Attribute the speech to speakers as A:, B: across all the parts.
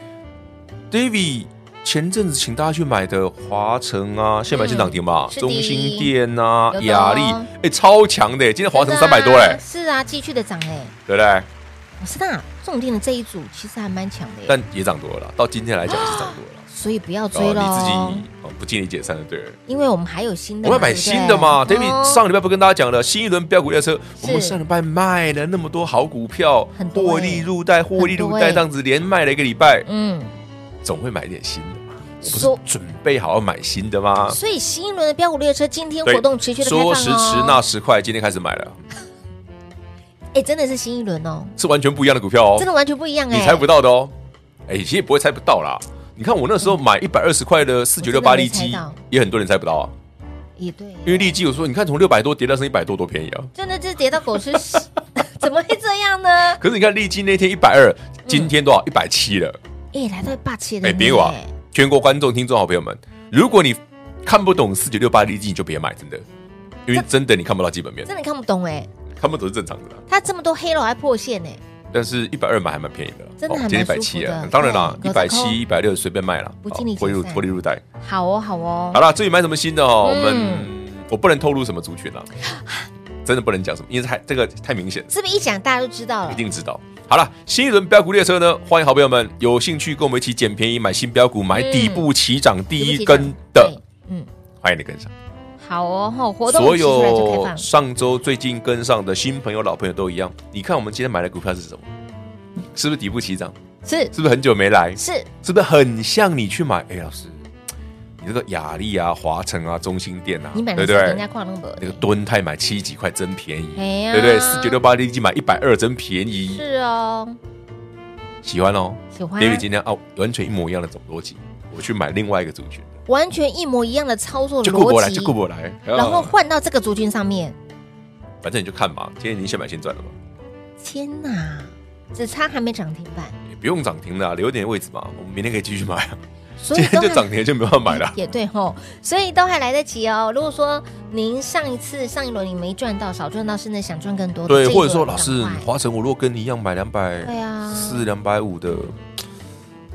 A: ，David 前阵子请大家去买的华城啊，现买现涨停嘛，
B: 嗯是的
A: 中心店啊
B: 有，的
A: 雅
B: 哦
A: 丽，哎，超强的，今天华城三百
B: 真
A: 多
B: 的啊
A: 嘞，
B: 是啊，继续的涨哎，
A: 对不对？
B: 我是那重点的这一组其实还蛮强的耶，
A: 但也涨多了啦，到今天来讲是涨多了啦。
B: 所以不要 追
A: 哦，
B: 喽、
A: 你自己哦不尽力解散的，对了。
B: 因为我们还有新的
A: 我
B: 嘛，
A: 们要买
B: 对不哦对
A: 新的嘛
B: 对
A: ，David 上礼拜不跟大家讲了，新一轮标股列车，我们上礼拜卖了那么多好股票
B: 很，多欸
A: 获利入袋，获利入
B: 很多欸
A: 袋，这样子连卖了一个礼拜，
B: 嗯，
A: 总会买点新的嘛。我不
B: 说
A: 是准备好要买新的吗？
B: 所以新一轮的标股列车今天
A: 啊对
B: 活动持续的开放哦，
A: 说时迟那时快，今天开始买了，
B: 哎，真的是新一轮哦，
A: 是完全不一样的股票哦
B: 真，的完全不一样哎，
A: 你猜不到的哦。哎，其实也不会猜不到啦。你看我那时候买一百二十块的四九六八
B: 我真的没
A: 利
B: 猜
A: 基
B: 到，
A: 也很多人猜不到啊。
B: 也对，
A: 因为利基我说，你看从六百多跌到剩一百多，多便宜啊！
B: 真的是跌到狗吃屎， 怎么会这样呢？
A: 可是你看利基那天一百二，今天多少一百七了？
B: 哎，来到霸气的
A: 哎，
B: 人
A: 别我啊
B: 耶！
A: 全国观众、听众、好朋友们，如果你看不懂四九六八利基，你就别买，真的，因为真的你看不到基本面
B: 真，的看不懂哎，
A: 看不懂是正常的啦。
B: 他这么多黑了还破线呢，
A: 但是一百二买还蛮便宜的啦，
B: 真的还蛮
A: 接一百
B: 舒
A: 七
B: 服的
A: 啊，当然啦，
B: 对
A: 一
B: 有折
A: 百
B: 扣
A: 七、一百六随便卖啦，
B: 不
A: 哦
B: 尽力
A: 获利入
B: 解散
A: 获利入袋。
B: 好哦，好哦
A: 好，啦，至于买什么新的哦，
B: 嗯
A: 我们我不能透露什么族群啦，真的不能讲什么，因为太这个太明显了，
B: 这么一讲大家就知道
A: 一
B: 了。
A: 定知道。好了，新一轮标股列车呢，欢迎好朋友们有兴趣跟我们一起捡便宜买新标股，买
B: 嗯
A: 底部起涨第
B: 对不
A: 一
B: 起
A: 根的
B: 对，嗯，
A: 欢迎你跟上。
B: 好哦，吼活动
A: 所
B: 提出来就开
A: 有
B: 放，
A: 上周最近跟上的新朋友、老朋友都一样。你看我们今天买的股票是什么？是不是底部起涨？
B: 是
A: 是不是很久没来？
B: 是，
A: 是不是很像你去买？哎，老师，你这个雅丽啊、华晨啊、中心店啊，
B: 你买
A: 对
B: 的
A: 不
B: 是人
A: 对
B: 家？矿那么
A: 那个吨泰买七十几块真便宜，
B: 哎呀
A: 对不对？四九六八立即买一百二真便宜，
B: 是哦，
A: 喜欢哦。
B: 喜欢啊
A: David 今天哦，完全一模一样的总逻辑，我去买另外一个族群，
B: 完全一模一样的操作
A: 就顾不来，
B: 哦逻
A: 就顾
B: 辑，
A: 不来。
B: 然后
A: 啊
B: 换到这个族群上面，
A: 反正你就看嘛，今天你先买先赚了嘛。
B: 天哪，只差还没涨停板，
A: 也不用涨停了、啊留点位置嘛，我们明天可以继续买啊。
B: 所
A: 今
B: 以
A: 天
B: 都
A: 就
B: 还
A: 涨停就没办法买了。
B: 也对吼，所以都还来得及哦。如果说您上一次上一轮你没赚到，少赚到，现在想赚更多的，
A: 对，
B: 这一
A: 或者
B: 轮
A: 说老师
B: 赶快
A: 华晨，我如果跟你一样买两百
B: 对啊
A: 四、两百五的，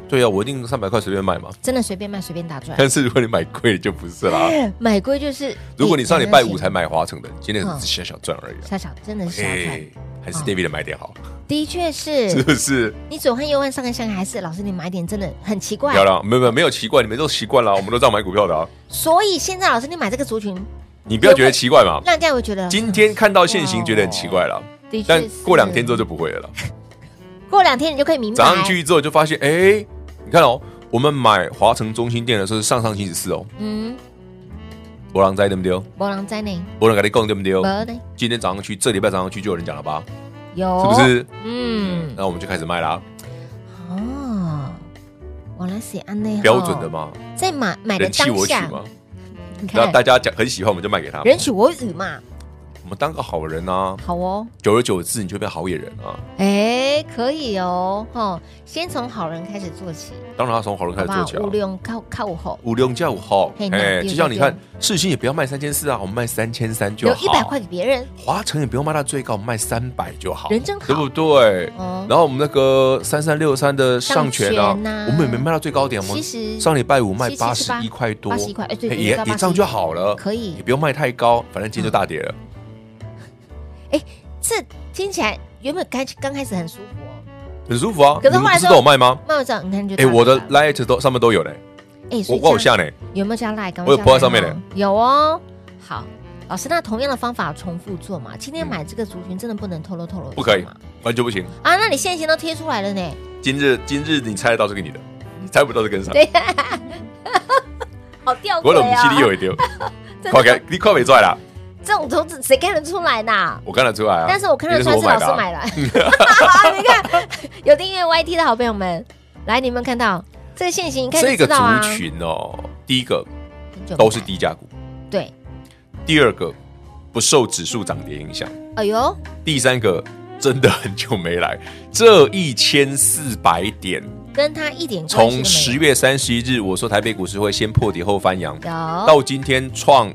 A: 对啊，我一定三百块随便买嘛。
B: 真的随便卖随便打赚，
A: 但是如果你买贵就不是 啦。
B: 买贵就是。
A: 如果你上礼拜五才
B: 哎
A: 买华晨的，今天
B: 嗯
A: 只是小小赚而已啊。
B: 小小真的是小赚，
A: 哎，还是 David 的买点好，
B: 的确
A: 是
B: 是
A: 不是？
B: 你左看右看上看下看，还是老师你买点真的很奇怪
A: 漂。亮，没有没有没有奇怪，你们都习惯了，我们都这样买股票的啊。
B: 所以现在老师你买这个族群，
A: 你不要觉得奇怪嘛。
B: 让大家会觉得
A: 今天看到现行觉得很奇怪了，
B: 哦的确
A: 但
B: 是。
A: 过两天之后就不会了啦。
B: 过两天你就可以明白，
A: 涨上去之后就发现，哎、你看哦，我们买华城中心店的时候是上上星期四哦，
B: 嗯，
A: 博朗在对不对？
B: 波浪在内，
A: 博朗跟你讲对不对
B: 没？呢
A: 今天涨上去，这礼拜涨上去就有人讲了吧？
B: 有
A: 是不？是？
B: 哦嗯，
A: 那我们就开始卖啦，
B: 哦，我来写安内
A: 标准的嘛，
B: 在买买的
A: 人气
B: 当
A: 我取
B: 下，嗯
A: 嘛。
B: 你看
A: 那大家讲很喜欢，我们就卖给他。
B: 人取我予嘛，
A: 我们当个好人啊，
B: 好哦，
A: 久而久之你就变好野人啊。
B: 哎，可以哦，吼，先从好人开始做起，
A: 当然要从好人开
B: 好
A: 始
B: 不
A: 做
B: 好
A: 起？
B: 五
A: 啊。
B: 六靠靠后，
A: 五六加五号，
B: 嘿那
A: 哎，
B: 对
A: 就像你
B: 对
A: 看，世新也不要卖三千四啊，我们卖三千三就
B: 留
A: 好。
B: 一百块，给别人，
A: 华城也不用卖到最高，我们卖三百就好，
B: 人真好
A: 对不对？
B: 哦，
A: 然后我们那个三三六三的上权啊，
B: 上权啊
A: 我们也没卖到最高点，我们
B: 70
A: 上礼拜五卖八十
B: 78
A: 一块多，
B: 81块哎对
A: 哎
B: 对
A: 也
B: 到
A: 也
B: 81
A: 这样就好了，
B: 可以嗯
A: 也不用卖太高，反正今天就大跌了，
B: 这听起来原本刚刚开始很舒服哦，
A: 很舒服啊。
B: 可是后来
A: 你们不是
B: 说
A: 都有卖吗？
B: 慢慢涨，你看就大
A: 哎，
B: 了
A: 我的 light 都上面都有嘞，
B: 哎，
A: 我
B: 所以
A: 我有
B: 这样
A: 下呢，
B: 有没有加赖？赶快
A: 我
B: 加
A: 有 po 在
B: 赖
A: 上面
B: 哦
A: 嘞，
B: 有哦，好。老师，那同样的方法重复做嘛？今天买这个族群真的不能透露透露一下吗，
A: 嗯不可以，完全不行。
B: 啊！那你现行都贴出来了呢，
A: 今日今日你猜得到这个你的，你猜不到这跟上，
B: 对啊好吊
A: 我
B: 诡
A: 冷不气
B: 啊！
A: 力有一丢，快给你快没拽啦，
B: 这种投资谁看得出来呢？
A: 我看得出来啊。
B: 但是我看得出来
A: 因为
B: 是
A: 我
B: 老
A: 的啊
B: 师买的， 你看有订阅 YT 的好朋友们，来，你们看到这个现行，你看
A: 这
B: 就
A: 个
B: 知道啊，
A: 族群哦，第一个
B: 很久没
A: 都是
B: 来
A: 低价股。
B: 对，
A: 第二个不受指数涨跌影响，
B: 哎呦，
A: 第三个真的很久没来，这一千四百点，
B: 跟他一点关系
A: 从
B: 都没
A: 十
B: 有。
A: 月三十一日我说台北股市会先破底后翻阳，
B: 有，
A: 到今天创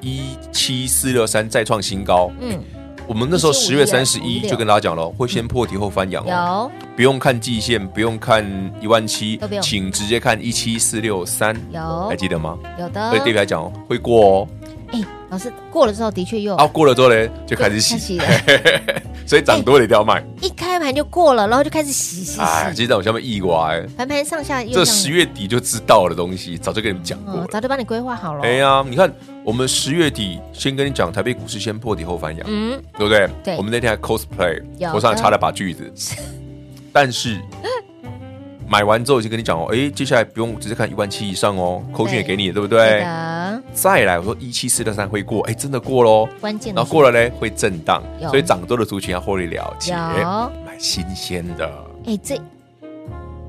A: 一七四六三再创新高，
B: 嗯，
A: 我们那时候十月三十
B: 1751
A: 一就跟大家讲了，会先破底后翻阳哦，
B: 嗯有
A: 不用看季线，不用看一万七
B: 都不用，
A: 请直接看一七四六三，
B: 有嗯
A: 还记得吗？
B: 有的
A: 所以，哎对比来讲哦会过哦，
B: 哎，老师过了之后的确又
A: 啊过了之后呢就开始洗，
B: 了，
A: 所以涨多了一定要卖。
B: 一开盘就过了，然后就开始洗洗
A: 哎，
B: 洗，
A: 其实我下面意外，
B: 盘盘上下又
A: 这
B: 上
A: 十月底就知道的东西，早就跟你们讲过
B: 哦，
A: 了。
B: 早就帮你规划好了。
A: 哎，呀，你看，我们十月底先跟你讲，台北股市先破底后翻扬，
B: 嗯，
A: 对不对？
B: 对
A: 我们那天还 cosplay，
B: 有的
A: 头上还插了把锯子， 但是买完之后就跟你讲哦，哎，接下来不用直接看一万七以上哦，扣讯也给你，对不
B: 对
A: 对？
B: 的，
A: 再来，我说一七四六三会过，哎，真的过喽。
B: 关键的
A: 然后过了嘞，会震荡
B: 有，
A: 所以涨多的族群要获利了结，
B: 有
A: 买新鲜的，
B: 哎，这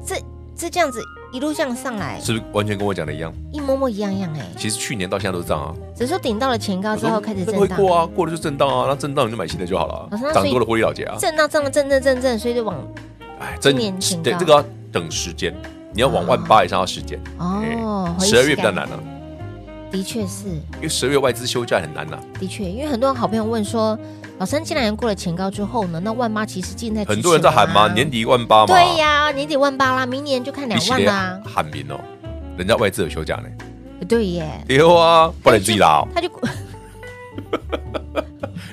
B: 这这这样子一路向上来，
A: 是不是完全跟我讲的一样？
B: 一模模一样样哎，
A: 其实去年到现在都是这样啊，
B: 只是说顶到了前高之后开始
A: 那
B: 震
A: 个会
B: 荡，
A: 过啊，过了就震荡啊，那震荡你就买新的就好了
B: 老师那所以
A: 啊，涨多了获利了结啊。
B: 震荡震荡震震震震，所以就往
A: 哎，
B: 今年前
A: 对
B: 高
A: 这个要等时间，你要往万八以上要时间。
B: 哦，回
A: 十二月
B: 想
A: 比较难啊，
B: 的确是，
A: 因为十二月外资休假很难啊呐、
B: 的确，因为很多好朋友问说，老三既然过了前高之后呢，那万八其实近在咫尺
A: 很多人在喊嘛，
B: 啦
A: 年底万八嘛，
B: 啊对呀、年底万八啦，明年就看
A: 你
B: 两万啊啦，
A: 喊民哦，人家外资有休假呢，
B: 对耶，
A: 对啊，不然你自己拉哦，
B: 他就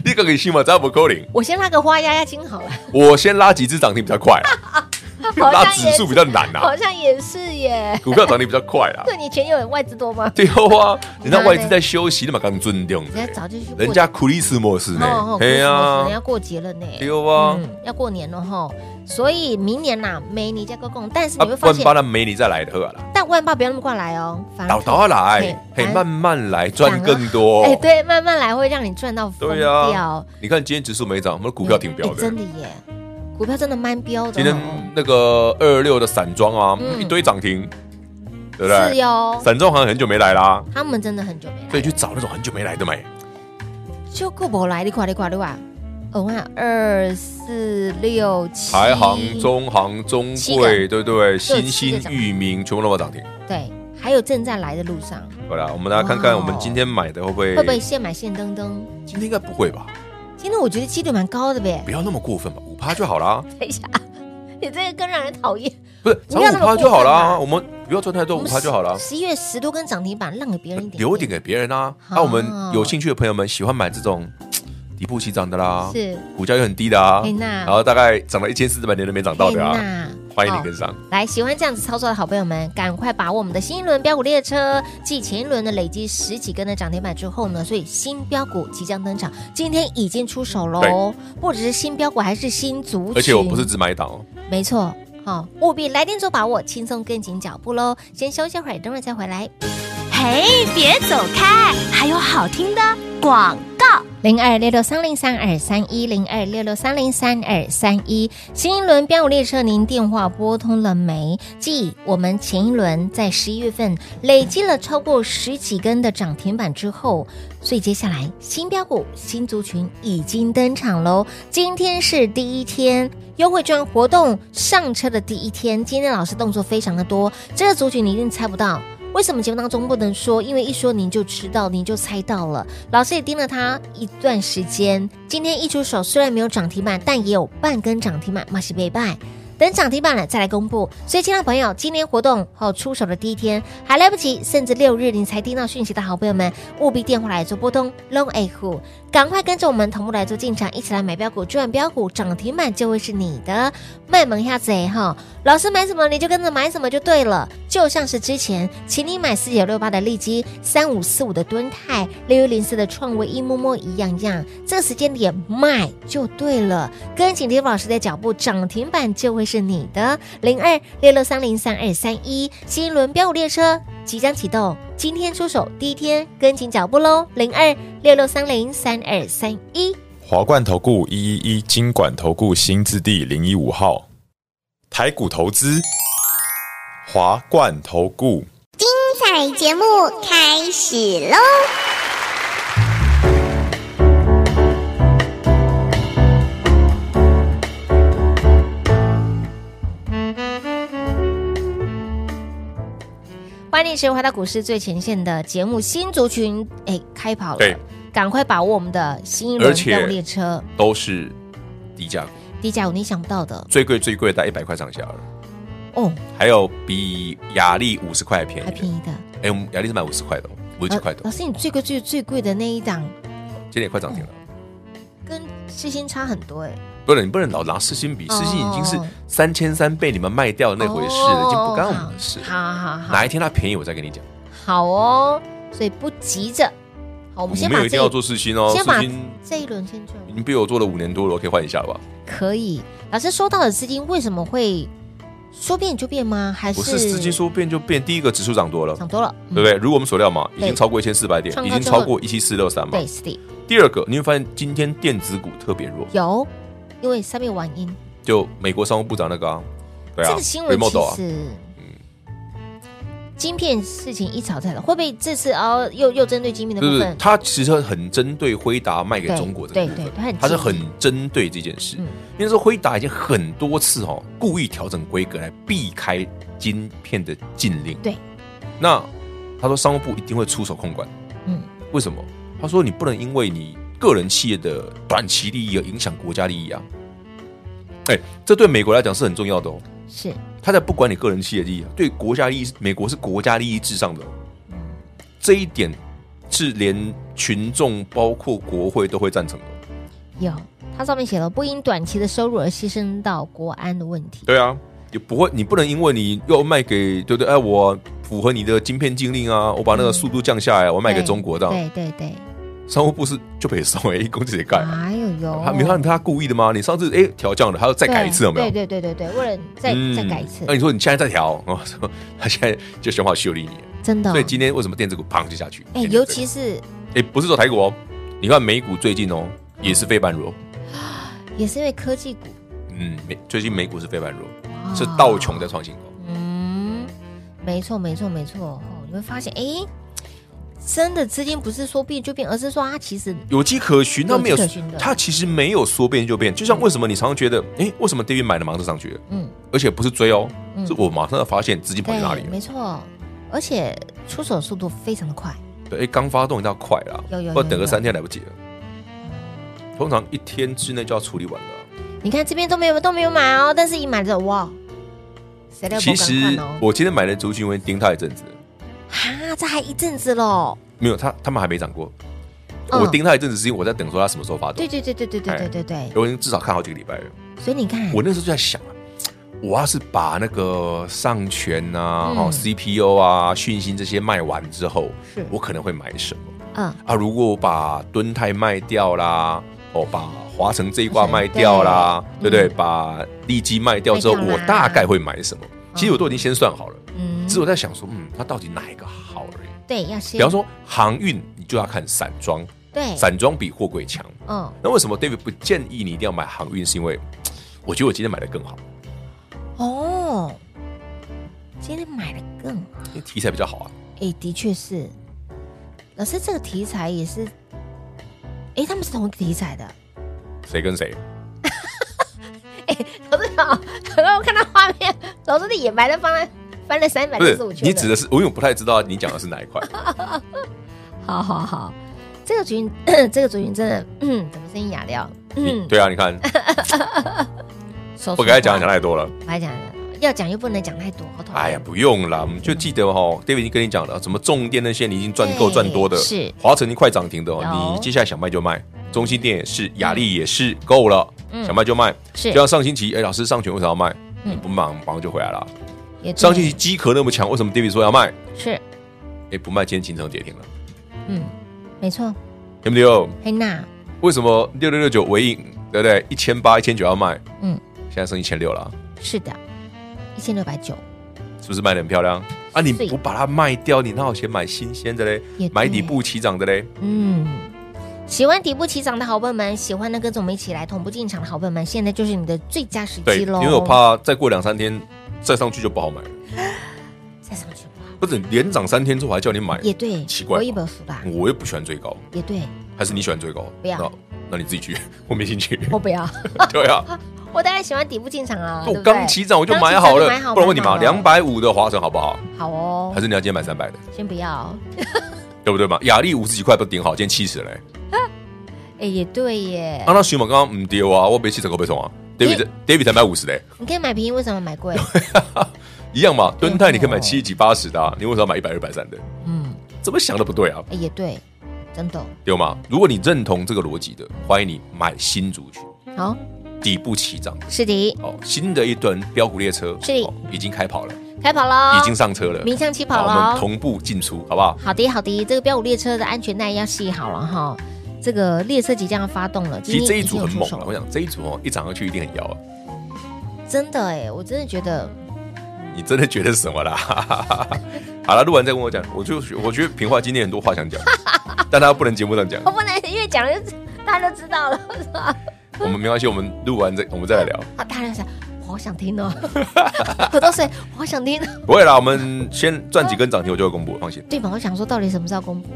A: 你个给信嘛，咱不扣零，
B: 我先拉个花压压惊 好了，
A: 我先拉几只涨停比较快啊，
B: 好
A: 拉
B: 像
A: 指
B: 也
A: 数比啊较难呐、
B: 好像也是耶，
A: 股票涨停比较快啦，
B: 对你前有外资多吗？
A: 对啊，人家外资在休息，你嘛刚尊重
B: 人家早就去过
A: 人家 Christmas
B: 哦
A: 呢，
B: 哦，对
A: 啊
B: 呀，人，家过节了呢，
A: 对啊，
B: 嗯，要过年了哈，所以明年呐，没你加个供，但是
A: 啊
B: 你会，发
A: 万
B: 现
A: 八，那没你再来的喝啦，
B: 但万八不要那么快来哦，反
A: 倒
B: 而
A: 倒
B: 嘿
A: 来，嘿，
B: 反
A: 慢慢来，
B: 反
A: 赚
B: 而
A: 更多
B: 哎，。对，慢慢来会让你赚到疯
A: 对啊
B: 掉，，
A: 你看今天指数没涨，我们的股票挺标
B: 哎
A: 的
B: 真。的耶，股票真的蛮标的哦，
A: 今天那个二二六的散装啊，
B: 嗯
A: 一堆涨停，对不
B: 是
A: 对？
B: 哟，
A: 散装好像很久没来啦，
B: 他们真的很久没来，
A: 所以去找那种很久没来的买。
B: 就够不来，你快你快你快，我看二四六七，
A: 台航、中航、中
B: 七
A: 贵，
B: 个
A: 对不对？
B: 七个
A: 新兴、
B: 涨
A: 域名全部都有涨停。
B: 对，还有正在来的路上，
A: 好啦，我们大家看看
B: 哇哦
A: 我们今天买的会不会？
B: 会不会现买现登登？
A: 今天应该不会吧？
B: 今天我觉得几率蛮高的呗
A: 不，要那么过分吧，五趴就好啦。
B: 等一下，你这个更让人讨 厌。
A: 不是，
B: 不
A: 涨
B: 要那
A: 五
B: 么
A: 趴就好
B: 过分啊
A: 啦。
B: 嘛
A: 我们不要赚太多，
B: 我
A: 五
B: 们
A: 趴就好啦。
B: 十一月十多根涨停板，让给
A: 哎
B: 别人一点，
A: 呃留一点给别人啊。那
B: 哦
A: 我们有兴趣的朋友们喜欢买这种嘖底部起涨的啦，
B: 是
A: 股价又很低的啊，
B: 嘿呐
A: 然后大概涨了一千四百年都没涨到的啊。哦
B: 天哪
A: 欢迎你
B: 好
A: 跟上。
B: 哦来，喜欢这样子操作的好朋友们，赶快把握我们的新一轮标股列车，继前一轮的累积十几根的涨停板之后呢，所以新标股即将登场，今天已经出手喽，不只是新标股，还是新族群，
A: 而且我不是，只买一档哦，
B: 没错，好、务必来电做把握，轻松跟紧脚步喽。先休息会儿，等会儿再回来。
C: 嘿，别走开，还有好听的广告。
B: 零二六六三零三二三一零二六六三零三二三一，新一轮标股列车，您电话拨通了没？继我们前一轮在十一月份累积了超过十几根的涨停板之后，所以接下来新标股、新族群已经登场喽。今天是第一天优惠券活动上车的第一天，今天老师动作非常的多，这个族群你一定猜不到。为什么节目当中不能说？因为一说您就知道，您就猜到了。老师也盯了他一段时间，今天一出手虽然没有涨停板，但也有半根涨停板，马西贝拜。等涨停板了再来公布，所以，亲爱的朋友，今天活动后出手的第一天还来不及，甚至六日你才听到讯息的好朋友们，务必电话来做拨通 long a 户，赶快跟着我们同步来做进场，一起来买标股赚标股，涨停板就会是你的。卖萌一下子哎哈，老师买什么你就跟着买什么就对了。就像是之前，请你买四九六八的利基、三五四五的敦泰、六一零四的创维、一摸摸一样样，这个时间点卖就对了。跟紧 Dave 老师的脚步，涨停板就会是你的。零二六六三零三二三一，新一轮标股列车即将启动，今天出手第一天，跟紧脚步喽。零二六六三零三二三一。
D: 华冠投顾一一一金管投顾新字第零一五号，台股投资，华冠投顾。
E: 彩节目开始喽！
B: 欢迎收回到股市最前线的节目，新族群哎开跑了
A: 对，
B: 赶快把握我们的新一
A: 而
B: 轮
A: 且
B: 标列车
A: 都是低价股，
B: 低价股，你想不到的
A: 最贵最贵在一百块上下了，
B: 哦，
A: 还有比雅力五十块便
B: 还
A: 宜
B: 便
A: 的。
B: 宜的，
A: 哎，我们雅力是买五十块的哦，五十几块的
B: 老
A: 哦，
B: 师，你最贵最最贵的那一档
A: 今天也快涨停了。
B: 跟世新差很多哎，
A: 不能，你不能老拿世新比，
B: 哦
A: 世新已经是三千三被你们卖掉那回事了，已经不干我们的事。
B: 哦好好好
A: 哪一天它便宜，我再跟你讲。
B: 好哦，所以不急着，好，我
A: 我
B: 们先
A: 没
B: 把
A: 有一定
B: 这
A: 要
B: 一
A: 做世新哦，
B: 先把
A: 世新
B: 这一轮先赚
A: 已经被我做了五年多了，我可以换一下了吧？
B: 可以。老师说到的资金为什么会说变就变吗？还
A: 不是资金说变就变，第一个指数涨多了，
B: 涨多了，嗯
A: 对不对？如我们所料嘛，已
B: 对
A: 经超过一千四百点，
B: 创
A: 已
B: 高
A: 经
B: 之后
A: 超过一七四六三
B: 嗯？
A: 嘛。
B: 对，是的，
A: 第二个，你会发现今天电子股特别弱，
B: 有，因为三面晚音。
A: 就美国商务部长那个啊，对啊，
B: 这个新闻
A: remote
B: 其
A: 啊，
B: 实，晶片事情一炒再炒，会不会这次哦又又针对晶片的
A: 就
B: 部
A: 是
B: 分？
A: 它其实很针对辉达卖给中国这
B: 对
A: 个部
B: 对
A: 分
B: 对，它很
A: 它是
B: 积极
A: 很针对这件事
B: 嗯。
A: 因为说辉达已经很多次哦，故意调整规格来避开晶片的禁令。
B: 对，
A: 那他说商务部一定会出手控管，
B: 嗯，
A: 为什么？他说你不能因为你个人企业的短期利益而影响国家利益啊。哎，这对美国来讲是很重要的哦。
B: 是
A: 他在不管你个人企业利益，对国家利益，美国是国家利益至上的哦。这一点是连群众包括国会都会赞成的。
B: 有，它上面写了不因短期的收入而牺牲到国安的问题。
A: 对啊，也不会，你不能因为你要卖给对不对？哎，我符合你的晶片禁令啊，我把那个速度降下来，我卖给
B: 对
A: 中国这样。
B: 对对嗯对，
A: 商务部是就被收哎，一公斤得盖啊。
B: 哎呦呦，
A: 他没看他故意的吗？你上次哎调降了，还要再改一次有没有？
B: 对对对对对，为了再
A: 嗯
B: 再改一次
A: 那、，你说你现在再调，哦， 他现在就想法修理你，
B: 真的哦。
A: 所以今天为什么电子股砰就下去？
B: 哎，
A: 今天
B: 尤
A: 这个
B: 其是
A: 哎不是说台股哦，你看美股最近哦也是非般弱，
B: 也是因为科技股
A: 嗯，美最近美股是非般弱，
B: 哇
A: 是道琼在创新高。
B: 嗯，没错，没错，没错。哦，你会发现，诶，真的资金不是说变就变，而是说它其实
A: 有迹可循，它没
B: 有
A: 有
B: 迹可循的，
A: 它其实没有说变就变。就像为什么你常常觉得，哎，为什么 David 买了马上上去了，
B: 嗯，
A: 而且不是追哦，
B: 嗯
A: 是我马上发现资金跑去哪里
B: 对，
A: 了
B: 没。错，而且出手速度非常的快，
A: 对，哎，刚发动一定要快啦，
B: 有有
A: 或者
B: 有
A: 等
B: 有
A: 个三天来不及了。通常一天之内就要处理完啊的。
B: 你看这边都没有都没有买哦，但是一买了哇，谁料不
A: 其
B: 赶
A: 实
B: 快哦，
A: 我今天买的族群，我已经盯它一阵子了，
B: 哈，这还一阵子喽。
A: 没有它，他们还没涨过。
B: 嗯
A: 我盯它一阵子是因为我在等说它什么时候发动
B: 对，对对对对对对对对，
A: 我已经至少看好几个礼拜了。
B: 所以你看，
A: 哎我那时候就在想啊，我要是把那个上权啊、
B: 嗯
A: 哈 CPU 啊、讯星这些卖完之后
B: 是，
A: 我可能会买什么
B: 嗯，
A: 啊？如果我把敦泰卖掉啦，哦，把华城这一挂卖掉啦，
B: 对
A: 对
B: 嗯
A: 不对？把利基卖掉之后，
B: 卖掉
A: 我
B: 啦
A: 大概会买什么？其实我都已经先算好了，
B: 嗯
A: 只是我在想说，嗯，它到底哪一个好而已。
B: 对，要先，
A: 比方说航运，你就要看散装，
B: 对，
A: 散装比货柜强。
B: 嗯，
A: 那为什么 David 不建议你一定要买航运？是因为我觉得我今天买的更好。
B: 哦，今天买的更好，
A: 因为题材比较好啊。
B: 哎，的确是，老师这个题材也是，哎，他们是同一个题材的，
A: 谁跟谁？
B: 哎，老师好，刚刚我看到画面，老师的眼白都翻了翻了三百
A: 不
B: 六
A: 是
B: 十五圈了，
A: 你指的是，我因为我不太知道你讲的是哪一块。
B: 好好好，这个群 这个族群真的，嗯，怎么声音哑掉？
A: 你
B: 嗯，
A: 对啊，你看，
B: 手
A: 我
B: 术
A: 刚才讲
B: 话
A: 讲太多了。
B: 我还讲了，要讲又不能讲太多，好痛苦
A: 哎呀，，不用啦，我们就记得哦，David 已经跟你讲了，什么重电那些你已经赚够
B: 对
A: 赚多的，
B: 是
A: 华晨已经快涨停的
B: 有
A: 哦，你接下来想卖就卖，中心店也是，雅丽也是够了，
B: 嗯
A: 想卖就卖。
B: 是
A: 就像上星期，哎，老师上权为什么要卖？
B: 嗯
A: 你不忙，马上就回来了。
B: 也对
A: 上星期机壳那么强，为什么 David 说要卖？
B: 是，
A: 哎，不卖，今天秦城跌停了，
B: 嗯，没错，
A: 对不对？
B: 黑娜，
A: 为什么六六六九尾影，对不对？一千八、一千九要卖，
B: 嗯，
A: 现在剩一千六了啊。
B: 是的，一千六百九，
A: 是不是卖的很漂亮啊？你
B: 是
A: 不把它卖掉，你哪有钱买新鲜的嘞
B: 也对？
A: 买底部起涨的嘞？
B: 嗯。喜欢底部起涨的好朋友们，喜欢的跟着我们一起来同步进场的好朋友们，现在就是你的最佳时
A: 对，
B: 机
A: 因
B: 喽！
A: 为我怕再过两三天再上去就不好买了，
B: 再上去吧，
A: 不是连涨三天之后还叫你买，
B: 也对，
A: 奇怪
B: 我一本书吧，
A: 我又不喜欢追高，
B: 也对，
A: 还是你喜欢追高？
B: 不要
A: 那那你自己去， 我没兴趣。
B: 我不要，
A: 对啊，
B: 我当然喜欢底部进场啊，对
A: 嗯我
B: 不对
A: 刚起涨我就买好
B: 刚起涨就买
A: 了，
B: 好
A: 不然问你嘛，
B: 买好
A: 两百五的华晨好不好？
B: 好哦
A: 还，是你要今天买三百的，
B: 先不要，
A: 对不对嘛？雅力五十几块不顶好，今天七十嘞。
B: 哎，也对耶
A: 啊，，那徐猛刚刚唔丢啊，我被七十个被送啊。David David 才买五十嘞，
B: 你可以买便宜，为什么买 贵？
A: 一样嘛。敦泰你可以买
B: 对哦
A: 七十几、八十的啊，你为什么要买一百二、百三的？
B: 嗯，
A: 怎么想的不对啊，
B: 哎也对，真的。
A: 对吗？如果你认同这个逻辑的，欢迎你买新族群，
B: 好，
A: 底部起涨的
B: 是的，
A: 哦，新的一轮标股列车
B: 是
A: 哦已经开跑了，
B: 开跑喽，
A: 已经上车了，
B: 鸣枪起跑
A: 好我们
B: 喽。
A: 同步进出，好不好？
B: 好的，好的，这个标五列车的安全带要系好了哈。这个列车即将要发动了，
A: 其
B: 今
A: 实这
B: 天
A: 一
B: 已
A: 组
B: 经有
A: 很
B: 出
A: 猛
B: 手
A: 了，
B: 了
A: 我想这一组哦，一涨上去一定很妖啊！
B: 真的哎，我真的觉得
A: 你真的觉得什么啦？ 好了，录完再跟我讲。我就我觉得平话今天很多话想讲，但他不能节目上讲
B: 我。不能因为讲了就大家都知道了，是吧？
A: 我们没关系，我们录完再我们再来聊。
B: 啊， 大家想，我好想听哦， 我都是我好想听哦。
A: 不会啦，我们先赚几根涨停，我就会公布，放心。
B: 对吧？我想说，到底什么时候公布？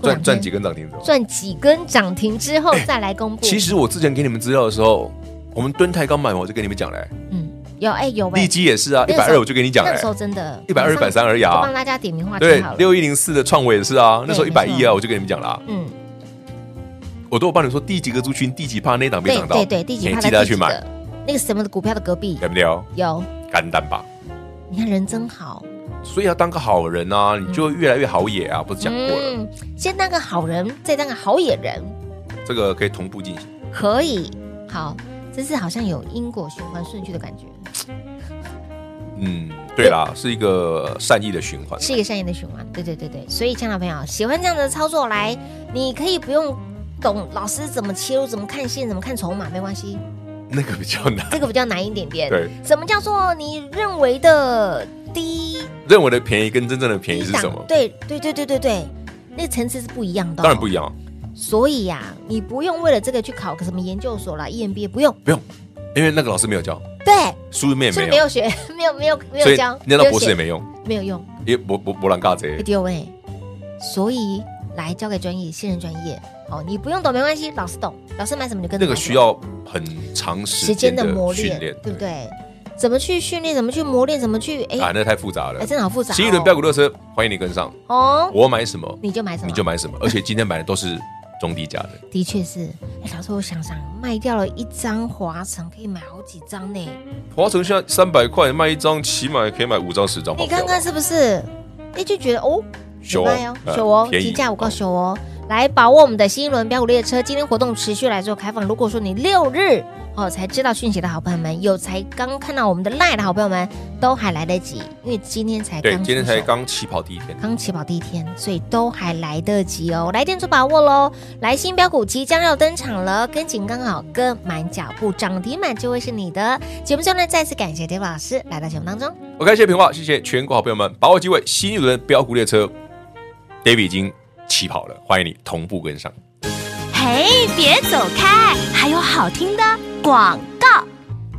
B: 过两天
A: 赚赚几哎根涨停之后。
B: 赚几根涨停之后再来公布。
A: 其，实我之前给你们资料的时候，我们敦泰刚买完，我就跟你们讲嘞、
B: 嗯，有哎有哎
A: 利，基也是啊，一
B: 那个
A: 百
B: 时
A: 二
B: 候
A: 我就跟你讲
B: 那
A: 哎
B: 个时，候真的
A: 120 130而已啊
B: 就帮大家点名话
A: 对
B: 题好，了。
A: 六一零四的创维也是啊，那时候一
B: 对
A: 百
B: 没
A: 一
B: 错
A: 啊，我就跟你们讲啦，
B: 嗯，
A: 我都有帮你说第几个族群第几趴那档没
B: 对
A: 涨到，
B: 对对，第几
A: 哎
B: 趴
A: 记
B: 的
A: 得要
B: 第
A: 去
B: 几
A: 买，
B: 个那个什么的股票的隔壁
A: 对不对哦？
B: 有，
A: 干单吧，
B: 你看人真好。
A: 所以要当个好人啊，你就会越来越好野啊，不是讲过了，
B: 嗯，先当个好人，再当个好野人，
A: 这个可以同步进行。
B: 可以。好，这是好像有因果循环顺序的感觉，
A: 嗯，对啦，是一个善意的循环。
B: 是一个善意的循环。对对对对，所以，亲爱的朋友，喜欢这样的操作来，你可以不用懂老师怎么切入、怎么看线、怎么看筹码，没关系，
A: 那个比较难，
B: 这个比较难一点点。
A: 对，
B: 什么叫做你认为的低
A: 认为的便宜跟真正的便宜
B: 低
A: 是
B: 档
A: 什么？
B: 对对对对对对，那个层次是不一样的、
A: 当然不一
B: 样。
A: 样啊，
B: 所以呀、你不用为了这个去考个什么研究所啦、EMBA，不用。，E
A: 不用，因为那个老师没有教，
B: 对，
A: 书里面
B: 是
A: 也
B: 没
A: 没
B: 有
A: 有，
B: 学， 没有没有没
A: 所
B: 有
A: 以
B: 教，
A: 念到博士也
B: 没有
A: 没用，
B: 写没有用，
A: 因为博博博兰尬
B: 会
A: 贼。
B: 丢哎。所以来交给专业，信任专业。哦，你不用懂没关系，老师懂，老师买什么你跟着
A: 那个
B: 买什么
A: 需要很长时
B: 时间
A: 间的
B: 的磨
A: 训
B: 练
A: 练，，
B: 对不对？怎么去训练，怎么去磨练，怎么去哎
A: 啊，那太复杂了
B: 哎，。真的好复杂哦。
A: 新一轮标股热车，欢迎你跟上。
B: 哦，
A: 我买什么
B: 你就买什么？
A: 你就 买什么，而且今天买的都是中低价的。
B: 的确是，哎，老师，我想想，卖掉了一张华晨，可以买好几张呢。
A: 华晨现在三百块卖一张，起码可以买五张十张跑啊
B: 你
A: 不掉
B: 看
A: 吧。
B: 看是不是？哎，就觉得哦，
A: 修
B: 有卖哦，
A: 呃
B: 修哦，
A: 便宜
B: 低价我告修哦。来把握我们的新一轮标股列车，今天活动持续来做开放。如果说你六日哦才知道讯息的好朋友们，有才刚看到我们的 line 的好朋友们，都还来得及，因为今天才刚
A: 对，今天
B: 出手
A: 才刚起跑第一天。
B: 刚起跑第一天，所以都还来得及哦，来电做把握喽！来新标股即将要登场了，跟紧刚好，跟满脚步，涨停板就会是你的。节目最后呢，再次感谢 David 老师来到节目当中。
A: 我感谢平话，谢谢全国好朋友们，把握机会，新一轮标股列车，David 已经起跑了，欢迎你同步跟上。
C: 嘿，别走开，还有好听的广告。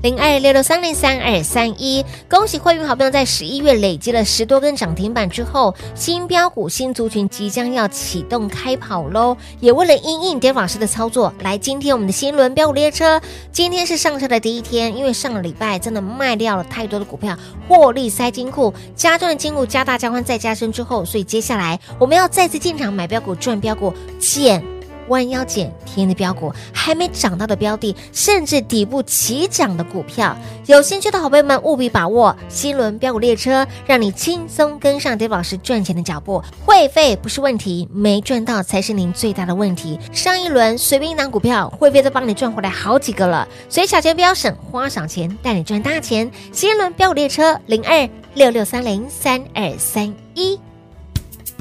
B: 零二六六三零三二三一，恭喜会员好朋友在十一月累积了十多根涨停板之后，新标股新族群即将要启动开跑喽！也为了因应 d a 老师的操作，来今天我们的新轮标股列车，今天是上车的第一天，因为上个礼拜真的卖掉了太多的股票，获利塞金库，加赚金库加大加宽再加深之后，所以接下来我们要再次进场买标股赚标股减弯腰捡便宜的标股，还没涨到的标的，甚至底部起涨的股票。有兴趣的好朋友们，务必把握新轮标股列车，让你轻松跟上 Dave 老师赚钱的脚步。会费不是问题，没赚到才是您最大的问题。上一轮随便一档股票，会费都帮你赚回来好几个了，所以小钱不要省，花少钱带你赚大钱。新轮标股列车零二六六三零三二三一。